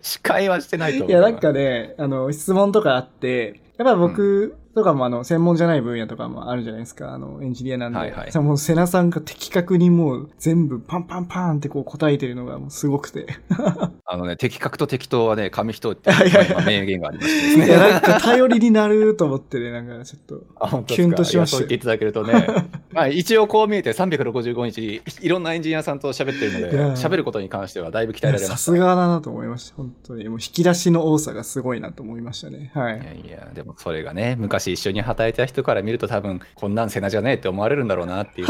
[SPEAKER 2] 司会はしてないと思う。
[SPEAKER 1] いや、なんかね、あの、質問とかあって、やっぱ僕とかも、あの、専門じゃない分野とかもあるじゃないですか、あの、エンジニアなんで。
[SPEAKER 2] はいはい
[SPEAKER 1] さもうセナさんが的確にもう全部パンパンパンってこう答えてるのがもうすごく て。
[SPEAKER 2] あのね、的確と適当はね、紙一重って
[SPEAKER 1] はいはい
[SPEAKER 2] いう、まあ、名言がありまして
[SPEAKER 1] い
[SPEAKER 2] です
[SPEAKER 1] や、
[SPEAKER 2] ね。
[SPEAKER 1] なんか頼りになると思ってね、なんかちょっと。
[SPEAKER 2] あ本当ですか
[SPEAKER 1] キュンとしました
[SPEAKER 2] いやそう言っていただけるとね、 まあ一応こう見えて365日いろんなエンジニアさんと喋ってるの
[SPEAKER 1] い
[SPEAKER 2] で
[SPEAKER 1] や
[SPEAKER 2] 喋ることに関してはだいぶ鍛えられました
[SPEAKER 1] さすがだなと思いました。本当に。もう引き出しの多さがすごいなと思いましたね。はいい。
[SPEAKER 2] やいや、でもそれがね、昔一緒に働いた人から見ると多分、こんなんセナじゃねえって思われるんだろう なっていう。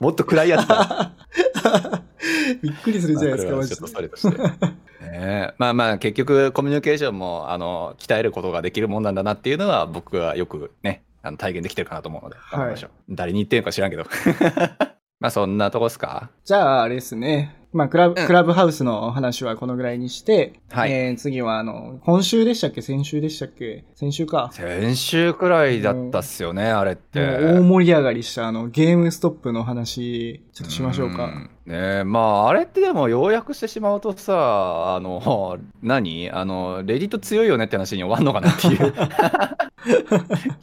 [SPEAKER 2] もっと暗いやつだ。
[SPEAKER 1] びっくりするじゃないですか、マ
[SPEAKER 2] まあこれはち
[SPEAKER 1] ジ
[SPEAKER 2] ょ
[SPEAKER 1] で
[SPEAKER 2] っと。それとして。ねえまあまあ、結局コミュニケーションも、あの、鍛えることができるもんなんだなっていうのは、僕はよくね、あの体現できてるかなと思うので、頑張りましょう。誰に言ってるか知らんけど。 まあそんなとこっすか
[SPEAKER 1] じゃあ、あれですね。まあ、クラブ、
[SPEAKER 2] うん
[SPEAKER 1] クラブハウスの話はこのぐらいにして、
[SPEAKER 2] はい
[SPEAKER 1] えー次は、あの、今週でしたっけ先週でしたっけ先週か。
[SPEAKER 2] 先週くらいだったっすよね、あれっ
[SPEAKER 1] も
[SPEAKER 2] て。
[SPEAKER 1] う大盛り上がりした、あの、ゲームストップの話、ちょっとしましょうか。
[SPEAKER 2] んねえまああれってでも要約してしまうとさあの 何あのレディット強いよねって話に終わんのかなっていう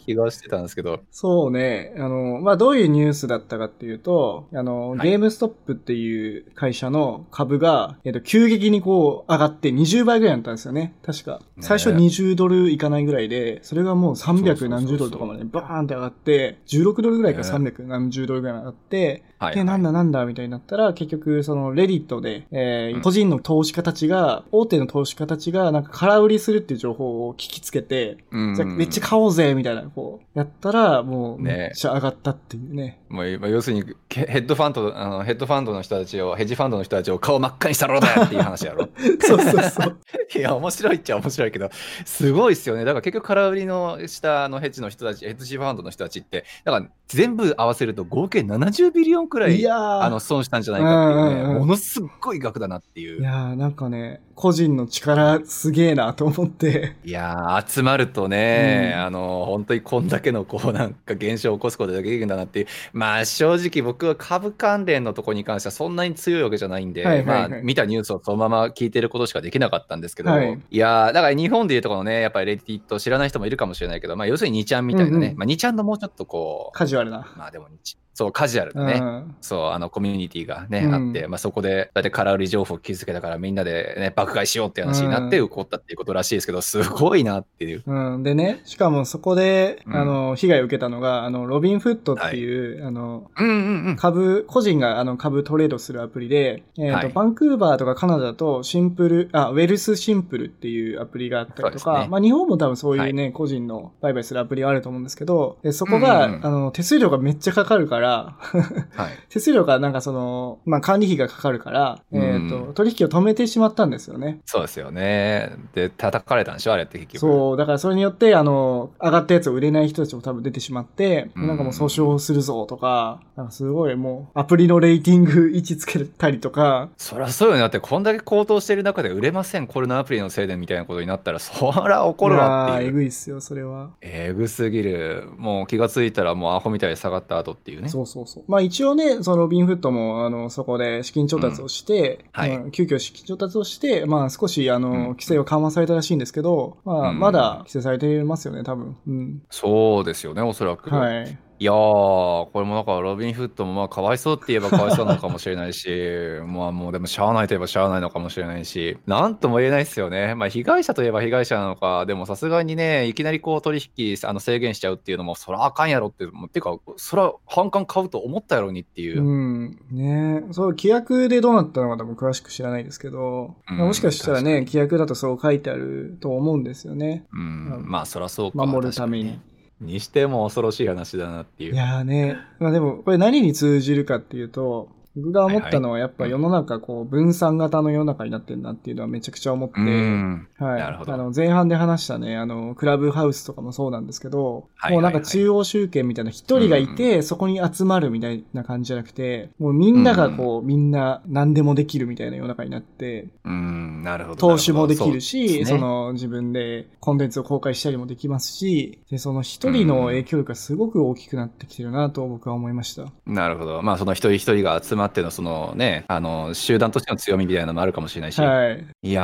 [SPEAKER 2] 気がしてたんですけど
[SPEAKER 1] そうね。あの、まあ、どういうニュースだったかっていうと、あの、
[SPEAKER 2] はい
[SPEAKER 1] ゲームストップっていう会社の株が、えっと、急激にこう、上がって20倍ぐらいになったんですよね。確か。
[SPEAKER 2] ね
[SPEAKER 1] 最初20ドルいかないぐらいで、それがもう
[SPEAKER 2] そう
[SPEAKER 1] 300
[SPEAKER 2] そう
[SPEAKER 1] 何十ドルとかまでバーンって上がって、16ドルぐらいから
[SPEAKER 2] ね
[SPEAKER 1] 300何十ドルぐらい上がって、
[SPEAKER 2] はい、
[SPEAKER 1] で、なんだ
[SPEAKER 2] はい
[SPEAKER 1] なんだみたいになったら、結局、その、レディットで、えー
[SPEAKER 2] うん
[SPEAKER 1] 個人の投資家たちが、大手の投資家たちが、なんか空売りするっていう情報を聞きつけて、
[SPEAKER 2] うん
[SPEAKER 1] じゃあめっちゃ買おうぜみたいな、こう、やったら、もう、
[SPEAKER 2] ね
[SPEAKER 1] めっちゃ上がったっていうね。
[SPEAKER 2] もう今要するにけヘッドファンドあのヘッドファンドの人たちをヘッジファンドの人たちを顔真っ赤にしたろうだよっていう話 やろ
[SPEAKER 1] そうそう そう。
[SPEAKER 2] いや面白いっちゃ面白いけどすごいっすよねだから結局空売りのしたあのヘッジの人たちヘッジファンドの人たちってだから全部合わせると合計70ビリオンくらい
[SPEAKER 1] いやー、
[SPEAKER 2] あの損したんじゃないかっていう
[SPEAKER 1] う
[SPEAKER 2] ね、
[SPEAKER 1] んうんうん
[SPEAKER 2] ものすっごい額だなってい。
[SPEAKER 1] いうやー、なんかね、個人の力すげえなと思って。
[SPEAKER 2] いやー集まるとね、
[SPEAKER 1] うん
[SPEAKER 2] あの本当にこんだけのこうなんか現象を起こすことができるんだなっていうまあ正直僕は株関連のとこに関してはそんなに強いわけじゃないんで、
[SPEAKER 1] はいはいはい
[SPEAKER 2] まあ見たニュースをそのまま聞いてることしかできなかったんですけど、
[SPEAKER 1] はい
[SPEAKER 2] い、やーだから日本でいうとこのねやっぱりレディット知らない人もいるかもしれないけどまあ要するに2ちゃんみたいなね、
[SPEAKER 1] うんうん
[SPEAKER 2] まあ2ちゃんのもうちょっとこ
[SPEAKER 1] カジュアルな
[SPEAKER 2] う。まあでも日そうカジュアル
[SPEAKER 1] う
[SPEAKER 2] なね、
[SPEAKER 1] ん。
[SPEAKER 2] そう、あの、コミュニティがね、
[SPEAKER 1] うん
[SPEAKER 2] あって、まあ、そこで、だって空売り情報を気づけたから、みんなでね、爆買いしようって話になって、
[SPEAKER 1] うん
[SPEAKER 2] 起こったっていうことらしいですけど、すごいなっていう。
[SPEAKER 1] うん、でね、しかもそこで、
[SPEAKER 2] うん
[SPEAKER 1] あの、被害を受けたのが、あの、ロビンフットっていう、あの、
[SPEAKER 2] うんうんうん。
[SPEAKER 1] 株、個人があの株トレードするアプリで、えっ、と、
[SPEAKER 2] はい
[SPEAKER 1] バンクーバーとかカナダだとシンプル、あ、ウェルスシンプルっていうアプリがあったりと
[SPEAKER 2] そうで
[SPEAKER 1] か、
[SPEAKER 2] すね
[SPEAKER 1] まあ日本も多分そういうね、
[SPEAKER 2] は
[SPEAKER 1] 個人の売買するアプリはあると思うんですけど、でそこが、
[SPEAKER 2] うんうんうん
[SPEAKER 1] あの、手数料がめっちゃかかるから、
[SPEAKER 2] はい。
[SPEAKER 1] 手数料がなんかその、まあ管理費がかかるから、えっ、と、
[SPEAKER 2] うん
[SPEAKER 1] 取引を止めてしまったんですよね。
[SPEAKER 2] そうですよね。で、叩かれたんでしょ、あれって結局。
[SPEAKER 1] そう、だからそれによって、あの、上がったやつを売れない人たちも多分出てしまって、
[SPEAKER 2] うん
[SPEAKER 1] なんかもう訴訟するぞとか、なんかすごいもう、アプリのレーティング位置つけたりとか、
[SPEAKER 2] そりゃそうよね。だって、こんだけ高騰してる中で売れません、コロナアプリのせいでみたいなことになったら、そら怒るわっ
[SPEAKER 1] やー
[SPEAKER 2] て
[SPEAKER 1] え
[SPEAKER 2] いう。
[SPEAKER 1] ぐいっすよ、それは。
[SPEAKER 2] えぐすぎる。もう気がついたら、もうアホみたいに下がった後っていうね。
[SPEAKER 1] そうそうそう。まあ一応ね、そのロビンフットも、あの、そこで資金調達をして、
[SPEAKER 2] うんはい
[SPEAKER 1] うん急遽資金調達をして、まあ少し、あの、
[SPEAKER 2] うん
[SPEAKER 1] 規制を緩和されたらしいんですけど、まあ
[SPEAKER 2] うん
[SPEAKER 1] まだ規制されてますよね、多分。うん。
[SPEAKER 2] そうですよね、おそらく。
[SPEAKER 1] はい。
[SPEAKER 2] いやー、これもだからロビン・フットもまあかわいそうって言えばかわいそうなのかもしれないし、 まあもうでもしゃあないといえばしゃあないのかもしれないし、なんとも言えないですよね。まあ被害者といえば被害者なのか、でもさすがにね、いきなりこう取引あの制限しちゃうっていうのも、そらあかんやろっていう、もうてか、そら反感買うと思ったやろにっていうう。
[SPEAKER 1] ん。ねそう、規約でどうなったのか多分詳しく知らないですけど、
[SPEAKER 2] うん
[SPEAKER 1] まあもしかしたら
[SPEAKER 2] 確
[SPEAKER 1] ね、
[SPEAKER 2] かに
[SPEAKER 1] 規約だとそう書いてあると思うんですよね。
[SPEAKER 2] うん、まあそらそうか。
[SPEAKER 1] 守るために
[SPEAKER 2] 確か。にね。にしても恐ろしい話だなってい。
[SPEAKER 1] いうやーね、まあでも、これ何に通じるかっていうと、僕が思ったのはやっぱ世の中こう分散型の世の中になってるなっていうのはめちゃくちゃ思って、
[SPEAKER 2] うん。
[SPEAKER 1] はい。
[SPEAKER 2] なるほど
[SPEAKER 1] あの、前半で話したね、あの、クラブハウスとかもそうなんですけど、
[SPEAKER 2] はいはいはい
[SPEAKER 1] もうなんか中央集権みたいな、一人がいて、そこに集まるみたいな感じじゃなくて、もうみんながこう、みんな何でもできるみたいな世の中になって、
[SPEAKER 2] うん、なるほど。
[SPEAKER 1] 投資もで
[SPEAKER 2] な
[SPEAKER 1] き
[SPEAKER 2] ほど
[SPEAKER 1] るし、そ,、、の自分でコンテンツを公開したりもできますし、で、その一人の影響力がすごく大きくなってきてるなと僕は思いました。
[SPEAKER 2] なるほど。まあ、その一人一人が集まっての、そのね、あの、集団としての強みみたいなのもあるかもしれないし。
[SPEAKER 1] はい。
[SPEAKER 2] い、や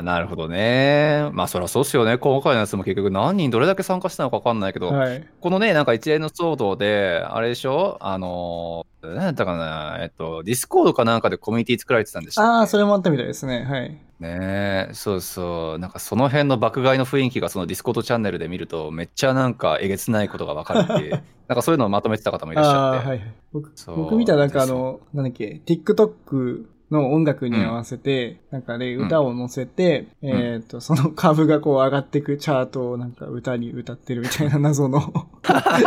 [SPEAKER 2] ー、なるほどね。まあ、そりゃそうっすよね。今回のやつも結局何人どれだけ参加したのかわかんないけど、
[SPEAKER 1] はい。
[SPEAKER 2] このね、なんか一連の騒動で、あれでしょあのー何だったかなえっと、ディスコードかなんかでコミュニティ作られてたんでしたっけ
[SPEAKER 1] ああ、それもあったみたいですね。はい。
[SPEAKER 2] ねえ、そうそう。なんかその辺の爆買いの雰囲気がそのディスコードチャンネルで見ると、めっちゃなんかえげつないことがわかるって いう、なんかそういうのをまとめてた方もいらっし
[SPEAKER 1] あ
[SPEAKER 2] ゃっ
[SPEAKER 1] ー
[SPEAKER 2] て。
[SPEAKER 1] はいはい。僕、
[SPEAKER 2] そう
[SPEAKER 1] 僕見たらなんかあの、なんだっけ、TikTok の音楽に合わせて、なんかで、
[SPEAKER 2] うん
[SPEAKER 1] 歌を乗せて、えっ、と、その株がこう上がってくチャートをなんか歌に歌ってるみたいな謎 の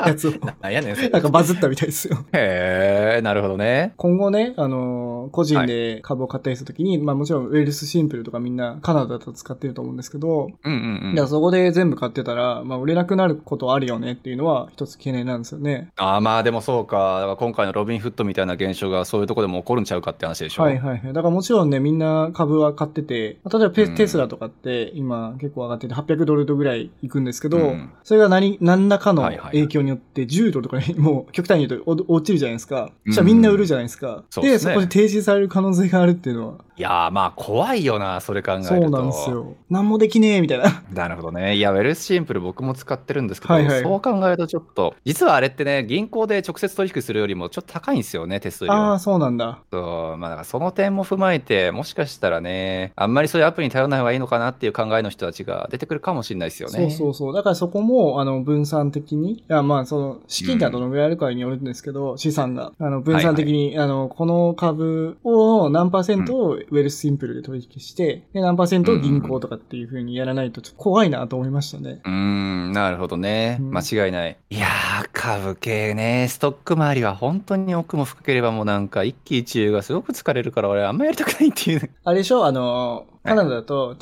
[SPEAKER 1] やつを、
[SPEAKER 2] なんやねん、それ
[SPEAKER 1] なんかバズったみたいですよ。
[SPEAKER 2] へえ、なるほどね。
[SPEAKER 1] 今後ね、あのー個人で株を買ったりするときに、まあもちろんウェルスシンプルとかみんなカナダだと使ってると思うんですけど、
[SPEAKER 2] うんうん
[SPEAKER 1] いうや
[SPEAKER 2] ん。
[SPEAKER 1] そこで全部買ってたら、まあ売れなくなることあるよねっていうのは一つ懸念なんですよね。
[SPEAKER 2] ああ、まあでもそうか。だから今回のロビンフットみたいな現象がそういうとこでも起こるんちゃうかって話でしょ。
[SPEAKER 1] はいはいはい。だからもちろんね、みんな株は買ってて、例えばペ
[SPEAKER 2] うん
[SPEAKER 1] テスラとかって今結構上がってて800ドルぐらい行くんですけど、
[SPEAKER 2] うん
[SPEAKER 1] それが何、何らかの
[SPEAKER 2] はいはいはい
[SPEAKER 1] 影響によって10ドルとかに もう極端に言うとお落ちるじゃないですか。
[SPEAKER 2] うん
[SPEAKER 1] じゃあみんな売るじゃないですか。
[SPEAKER 2] そう
[SPEAKER 1] で、
[SPEAKER 2] です
[SPEAKER 1] そ
[SPEAKER 2] ね
[SPEAKER 1] こで停止される可能性があるっていうのは。
[SPEAKER 2] いやー、まあ怖いよな、それ考えると。
[SPEAKER 1] そうなんです。よ。何もできねえみたいな。
[SPEAKER 2] なるほどね。いや、ウェルスシンプル僕も使ってるんですけど、
[SPEAKER 1] はいはい
[SPEAKER 2] そう考えるとちょっと、実はあれってね、銀行で直接取引するよりもちょっと高いんですよね、手数料。
[SPEAKER 1] ああ、そうなんだ。
[SPEAKER 2] そう、まあ、だからその点も踏まえて、もしかしたらね、あんまりそういうアプリに頼らない方がいいのかなっていう考えの人たちが出てくるかもしれないですよね。
[SPEAKER 1] そうそううそう。だからそこも、あの、分散的に、あまあ、その、資金がどのぐらいあるかによるんですけど、資産が、あの、分散的に、あの、この株を何パーセントをウェルスシンプルで取引して、で、何パーセントを銀行とかっていう風にやらないと、ちょっと怖いなと思いましたね。
[SPEAKER 2] ーん、なるほどね。
[SPEAKER 1] うん
[SPEAKER 2] 間違いない。いやー、株系ね、ストック周りは本当に奥も深ければもうなんか一喜一憂がすごく疲れるから俺あんまやりたくないっていう。
[SPEAKER 1] あれでしょあの、
[SPEAKER 2] は
[SPEAKER 1] カ
[SPEAKER 2] い
[SPEAKER 1] ナダだと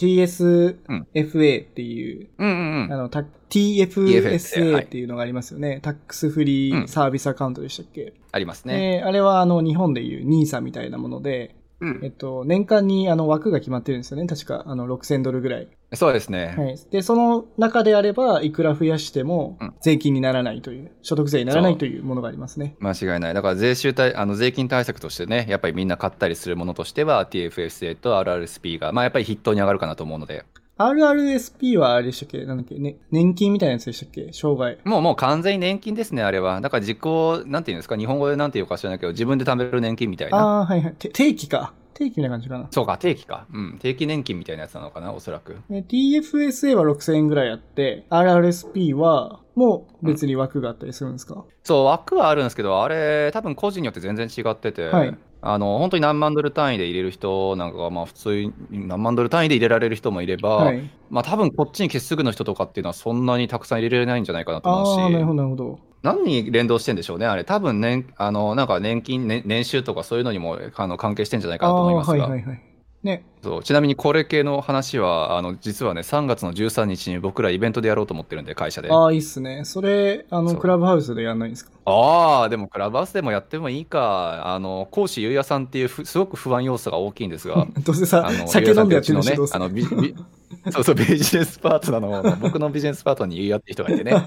[SPEAKER 1] TSFA っていう、
[SPEAKER 2] うんうんう
[SPEAKER 1] あ
[SPEAKER 2] ん。
[SPEAKER 1] の、た
[SPEAKER 2] TFSA
[SPEAKER 1] TFSA っていうのがありますよね。タックスフリーサービスアカウントでしたっけ、
[SPEAKER 2] ありますね。
[SPEAKER 1] であれは、あの、日本でいう NISA みたいなもので、
[SPEAKER 2] うん
[SPEAKER 1] えっと、年間にあの枠が決まってるんですよね。確か、あの、6000ドルぐらい。
[SPEAKER 2] そうですね。
[SPEAKER 1] はい。で、その中であれば、いくら増やしても
[SPEAKER 2] うん、
[SPEAKER 1] 税金にならないという、所得税にならないというものがありますね。
[SPEAKER 2] 間違いない。だから税収対、あの税金対策としてね、やっぱりみんな買ったりするものとしては、TFSA と RRSP が、まあやっぱり筆頭に上がるかなと思うので、
[SPEAKER 1] RRSP はあれでしたっけなんだっけ、ね、年金みたいなやつでしたっけ障害。
[SPEAKER 2] もうもう完全に年金ですね、あれは。だから自己、なんていうんですか、日本語でなんていうか知らないけど、自分で貯める年金みたい
[SPEAKER 1] あ
[SPEAKER 2] な。
[SPEAKER 1] あ、はいはい。て定期か。定期みたいな感じかな。
[SPEAKER 2] そうか、定期か。うん、定期年金みたいなやつなのかな、おそらく。
[SPEAKER 1] で TFSA は6000円ぐらいあって、RRSP は、もう別に枠があったりするんですか、
[SPEAKER 2] そう、枠はあるんですけど、あれ、多分個人によって全然違ってて、
[SPEAKER 1] はい
[SPEAKER 2] あの本当に何万ドル単位で入れる人なんかが、まあ、普通に何万ドル単位で入れられる人もいれば、
[SPEAKER 1] はい。
[SPEAKER 2] まあ多分こっちに結すぐの人とかっていうのは、そんなにたくさん入れられないんじゃないかなと
[SPEAKER 1] あ
[SPEAKER 2] 思うし。
[SPEAKER 1] あ、なるほど、なるほど。
[SPEAKER 2] 何に連動してんでしょうね、あれ、多分年あのなんか年金、ね年収とかそういうのにもあの関係してんじゃないか
[SPEAKER 1] あ
[SPEAKER 2] なと思い
[SPEAKER 1] あ
[SPEAKER 2] ます
[SPEAKER 1] ー、は
[SPEAKER 2] が、
[SPEAKER 1] いはいはい。ね。
[SPEAKER 2] そうちなみにこれ系の話は、あの実はね、3月の13日に僕らイベントでやろうと思ってるんで、会社で。あ
[SPEAKER 1] ああ、いいっすね。それ、あの、
[SPEAKER 2] そう
[SPEAKER 1] クラブハウスでやんないんですか。
[SPEAKER 2] あー、でもクラブハウスでもやってもいいか、あの講師ゆうやさんっていうふ、すごく不安要素が大きいんですが
[SPEAKER 1] どうせさ
[SPEAKER 2] あ、の
[SPEAKER 1] 酒飲んでやってるの
[SPEAKER 2] ゆうやさんってうち
[SPEAKER 1] し、どう
[SPEAKER 2] の
[SPEAKER 1] せ
[SPEAKER 2] ね、あ。のビビ そうそう、ビジネスパートナーの、僕のビジネスパートナーにゆうやって人が いてね、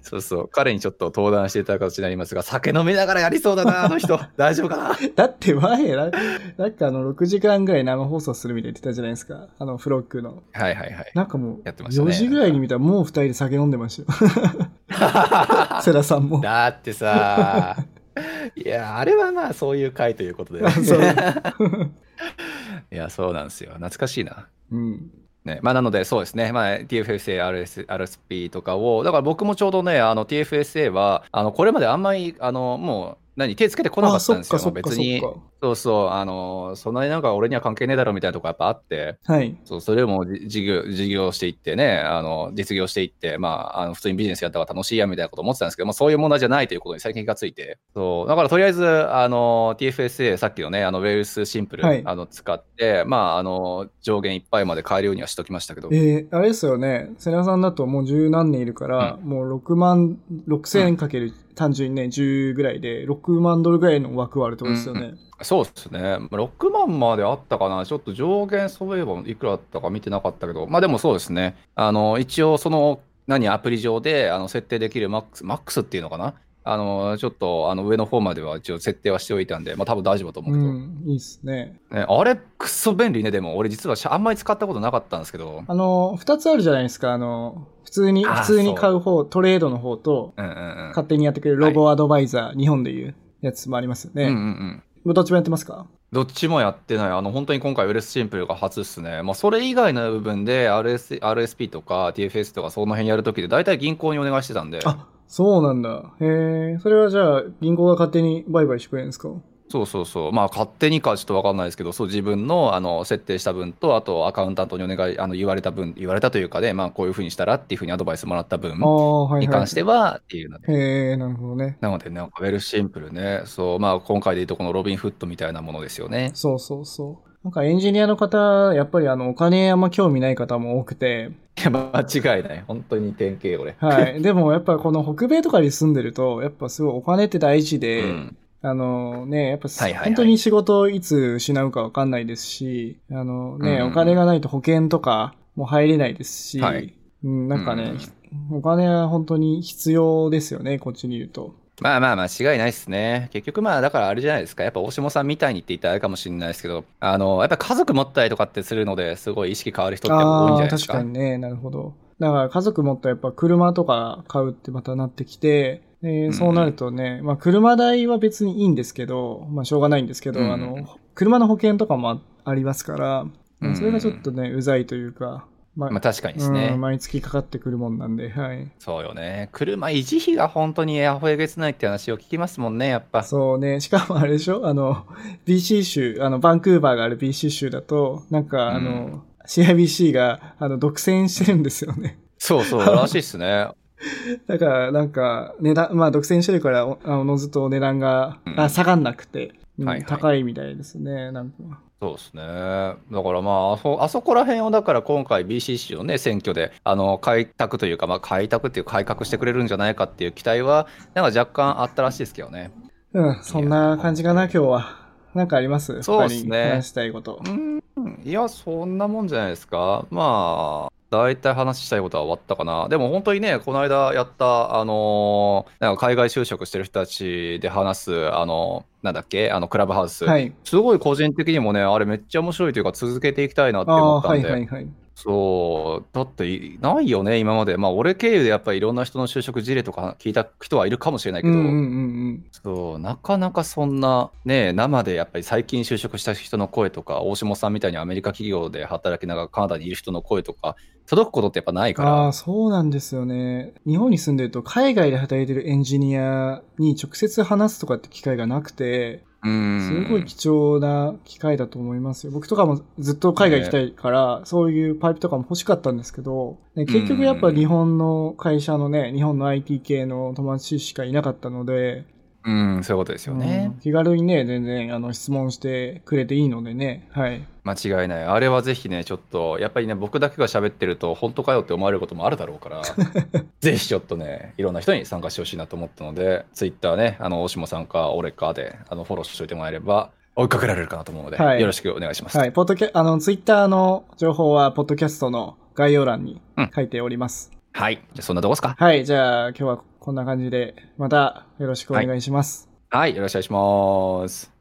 [SPEAKER 2] そうそう、彼にちょっと登壇していただく形になりますが、酒飲みながらやりそうだな、あ の人、大丈夫かな。
[SPEAKER 1] だって前、ななんかあの、6時間ぐらい生放送するみたいに言ってたじゃないですか。あの、フロックの。
[SPEAKER 2] はいはいはい。
[SPEAKER 1] なんかもう、
[SPEAKER 2] やってましたね
[SPEAKER 1] 4時ぐらいに見たらもう2人で酒飲んでました よ。セラさんも。
[SPEAKER 2] だってさ、いや、あれはまあそういう回ということで、
[SPEAKER 1] あ そう
[SPEAKER 2] いや、そうなんですよ。懐かしいな。
[SPEAKER 1] うん。
[SPEAKER 2] ね、まあなので、そうですね、まあ、TFSA、RS RSP とかを、だから僕もちょうどね、あの TFSA は、あのこれまであんまり、あのもう、何、手つけてこなか
[SPEAKER 1] あ、
[SPEAKER 2] った
[SPEAKER 1] そ
[SPEAKER 2] んで
[SPEAKER 1] っ
[SPEAKER 2] す
[SPEAKER 1] か
[SPEAKER 2] よ、
[SPEAKER 1] そっかそ
[SPEAKER 2] 別
[SPEAKER 1] っ
[SPEAKER 2] に。
[SPEAKER 1] か。
[SPEAKER 2] そうそう、あの、そんなになんか俺には関係ねえだろみたいなとこやっぱあって、
[SPEAKER 1] はい。
[SPEAKER 2] そうそれをもうじ事業事業していってねあの実業していって、まあ、あの普通にビジネスやった方が楽しいやみたいなこと思ってたんですけど、まあ、そういう問題じゃないということに最近気がついてそうだからとりあえずあの TFSA さっきのねあのウェルスシンプル、
[SPEAKER 1] はい
[SPEAKER 2] あの使って、まあ、あの上限いっぱいまで買えるようにはしときましたけど。
[SPEAKER 1] えー、あれですよね。セラさんだともう十何年いるから、もう6万、6千かける単純にね、10ぐらいで、6万ドルぐらいの枠はあるってことですよね。
[SPEAKER 2] そうですね。6万まであったかな。ちょっと上限そういえばいくらだったか見てなかったけど、まあでもそうですね。あの、一応その、何、アプリ上であの設定できるマックス、マックスっていうのかなあの、ちょっとあの上の方までは一応設定はしておいたんで、まあ多分大丈夫だと思う
[SPEAKER 1] う
[SPEAKER 2] けど。
[SPEAKER 1] ん、いいっすね。
[SPEAKER 2] ねあれ、くっそ便利ね。でも俺実はしあんまり使ったことなかったんですけど。
[SPEAKER 1] あの、二つあるじゃないですか。あの、普通に、
[SPEAKER 2] あー
[SPEAKER 1] 普通に買う方、トレードの方と、
[SPEAKER 2] うんうんうん。
[SPEAKER 1] 勝手にやってくれるロボアドバイザー、日本でいう。やつもありますよ
[SPEAKER 2] うんうん
[SPEAKER 1] ね。
[SPEAKER 2] うん。
[SPEAKER 1] どっちもやってますか
[SPEAKER 2] どっちもやってない。あの、本当に今回 LS シンプルが初っすね。まあ、それ以外の部分で RS RSP とか TFS とかその辺やるときで、大体銀行にお願いしてたんで、
[SPEAKER 1] あ、そうなんだ。へえ。それはじゃあ、銀行が勝手に売買してくれるんですか
[SPEAKER 2] そうそうそう。まあ、勝手にかちょっとわかんないですけど、そう、自分の、あの、設定した分と、あとアカウンタントにお願い、あの、言われた分、言われたというかで、まあ、こういうふうにしたらっていうふうにアドバイスもらった分
[SPEAKER 1] ああ、はい
[SPEAKER 2] に
[SPEAKER 1] は
[SPEAKER 2] 関
[SPEAKER 1] い
[SPEAKER 2] し。ては、っていうので。
[SPEAKER 1] へえ、なるほどね。
[SPEAKER 2] なのでね、なんかウェルシンプルね。そう、まあ、今回でいうとこのロビンフットみたいなものですよね。
[SPEAKER 1] そうそうそう。なんかエンジニアの方、やっぱりあの、お金あんま興味ない方も多くて、
[SPEAKER 2] いや間違いない。本当に典型、俺。
[SPEAKER 1] はい。でもやっぱこの北米とかに住んでると、やっぱすごいお金って大事
[SPEAKER 2] う
[SPEAKER 1] で、
[SPEAKER 2] ん。
[SPEAKER 1] あのね、やっぱ、
[SPEAKER 2] はいはいはい
[SPEAKER 1] 本当に仕事をいつ失うかわかんないですし、あのね、
[SPEAKER 2] うん
[SPEAKER 1] お金がないと保険とかも入れないですし、
[SPEAKER 2] はい
[SPEAKER 1] うん、なんかね、お金は本当に必要ですよね、こっちにいると。
[SPEAKER 2] まあまあ間違いないですね。結局まあだからあれじゃないですか。やっぱ大下さんみたいにって言ったらあれかもしれないですけど、あの、やっぱ家族持ったりとかってするのですごい意識変わる人って多いんじ
[SPEAKER 1] ああ
[SPEAKER 2] ゃない
[SPEAKER 1] ー、
[SPEAKER 2] です
[SPEAKER 1] 確か
[SPEAKER 2] か。
[SPEAKER 1] にね、なるほど。だから家族持ったらやっぱ車とか買うってまたなってきて、で
[SPEAKER 2] うん
[SPEAKER 1] そうなるとね、まあ車代は別にいいんですけど、まあしょうがないんですけど、
[SPEAKER 2] うん
[SPEAKER 1] あの、車の保険とかもあありますから、
[SPEAKER 2] うん
[SPEAKER 1] それがちょっとね、うざいというか、ま
[SPEAKER 2] まあ確かにですね。
[SPEAKER 1] うん毎月かかってくるもんなんで、はい。
[SPEAKER 2] そうよね。車維持費が本当にアホえげつないって話を聞きますもんね、やっ ぱ。
[SPEAKER 1] そうね、しかもあれでしょあの、BC 州、あの、バンクーバーがある BC 州だと、なんかあの、
[SPEAKER 2] う
[SPEAKER 1] CIBC が、あの、独占してるんですよね。
[SPEAKER 2] そうそう、らしいっすね。
[SPEAKER 1] だから、なんか、値段、まあ、独占してるから、おあおのずと値段が、
[SPEAKER 2] うん
[SPEAKER 1] あ下がんなくて、うん
[SPEAKER 2] はいはい
[SPEAKER 1] 高いみたいですね、なんか。
[SPEAKER 2] そうですね。だからまあ、あそ、あそこら辺をだから今回 BCC のね、選挙で、あの、開拓というか、まあ開拓っていう改革してくれるんじゃないかっていう期待は、なんか若干あったらしいですけどね。
[SPEAKER 1] うん、そんな感じかな、今日は。なんかあります
[SPEAKER 2] そうっすね
[SPEAKER 1] 他に話したいこと。
[SPEAKER 2] うん、いや、そんなもんじゃないですか。まあ、大体話したいことは終わったかな。でも本当にね、この間やった、あのーなんか海外就職してる人たちで話す、あのなんだっけ、あの、クラブハウス。
[SPEAKER 1] はい。
[SPEAKER 2] すごい個人的にもね、あれめっちゃ面白いというか、続けていきたいなって
[SPEAKER 1] あ
[SPEAKER 2] 思
[SPEAKER 1] あ
[SPEAKER 2] った
[SPEAKER 1] ー、は
[SPEAKER 2] ん
[SPEAKER 1] い
[SPEAKER 2] で。
[SPEAKER 1] はいはい。
[SPEAKER 2] そう、だっていないよね、今まで。まあ、俺経由でやっぱりいろんな人の就職事例とか聞いた人はいるかもしれないけ
[SPEAKER 1] うん
[SPEAKER 2] ど、
[SPEAKER 1] うんうん
[SPEAKER 2] そう、なかなかそんな、ね、生でやっぱり最近就職した人の声とか、大下さんみたいにアメリカ企業で働きながらカナダにいる人の声とか、届くことってやっぱな
[SPEAKER 1] う
[SPEAKER 2] い
[SPEAKER 1] ん。
[SPEAKER 2] か
[SPEAKER 1] ああー、
[SPEAKER 2] ら、
[SPEAKER 1] そうなんですよね。日本に住んでると、海外で働いてるエンジニアに直接話すとかって機会がなくて、
[SPEAKER 2] うん
[SPEAKER 1] すごい貴重な機会だと思いますよ。僕とかもずっと海外行きたいから、そういうパイプとかも欲しかったんですけど、ね結局やっぱ日本の会社のね、日本の IT 系の友達しかいなかったので、
[SPEAKER 2] うん、そういうことですよね
[SPEAKER 1] うん。気軽にね、全然あの質問してくれていいのでね、はい。
[SPEAKER 2] 間違いない。あれはぜひね、ちょっと、やっぱりね、僕だけが喋ってると、本当かよって思われることもあるだろう から、ぜひちょっとね、いろんな人に参加してほしいなと思ったので、ツイッターね、あの、大下さんか、俺かで、あの、フォローしておいてもらえれば、追いかけられるかなと思うので、
[SPEAKER 1] はい
[SPEAKER 2] よろしくお願いします。
[SPEAKER 1] はい、ポッドキャ、あの、ツイッターの情報は、ポッドキャストの概要欄に書いております。
[SPEAKER 2] はい。じゃあ、そんなとこですか
[SPEAKER 1] はい、じゃあ今日はこんな感じで、またよろしくお願いします。
[SPEAKER 2] はい、よろしくお願いします。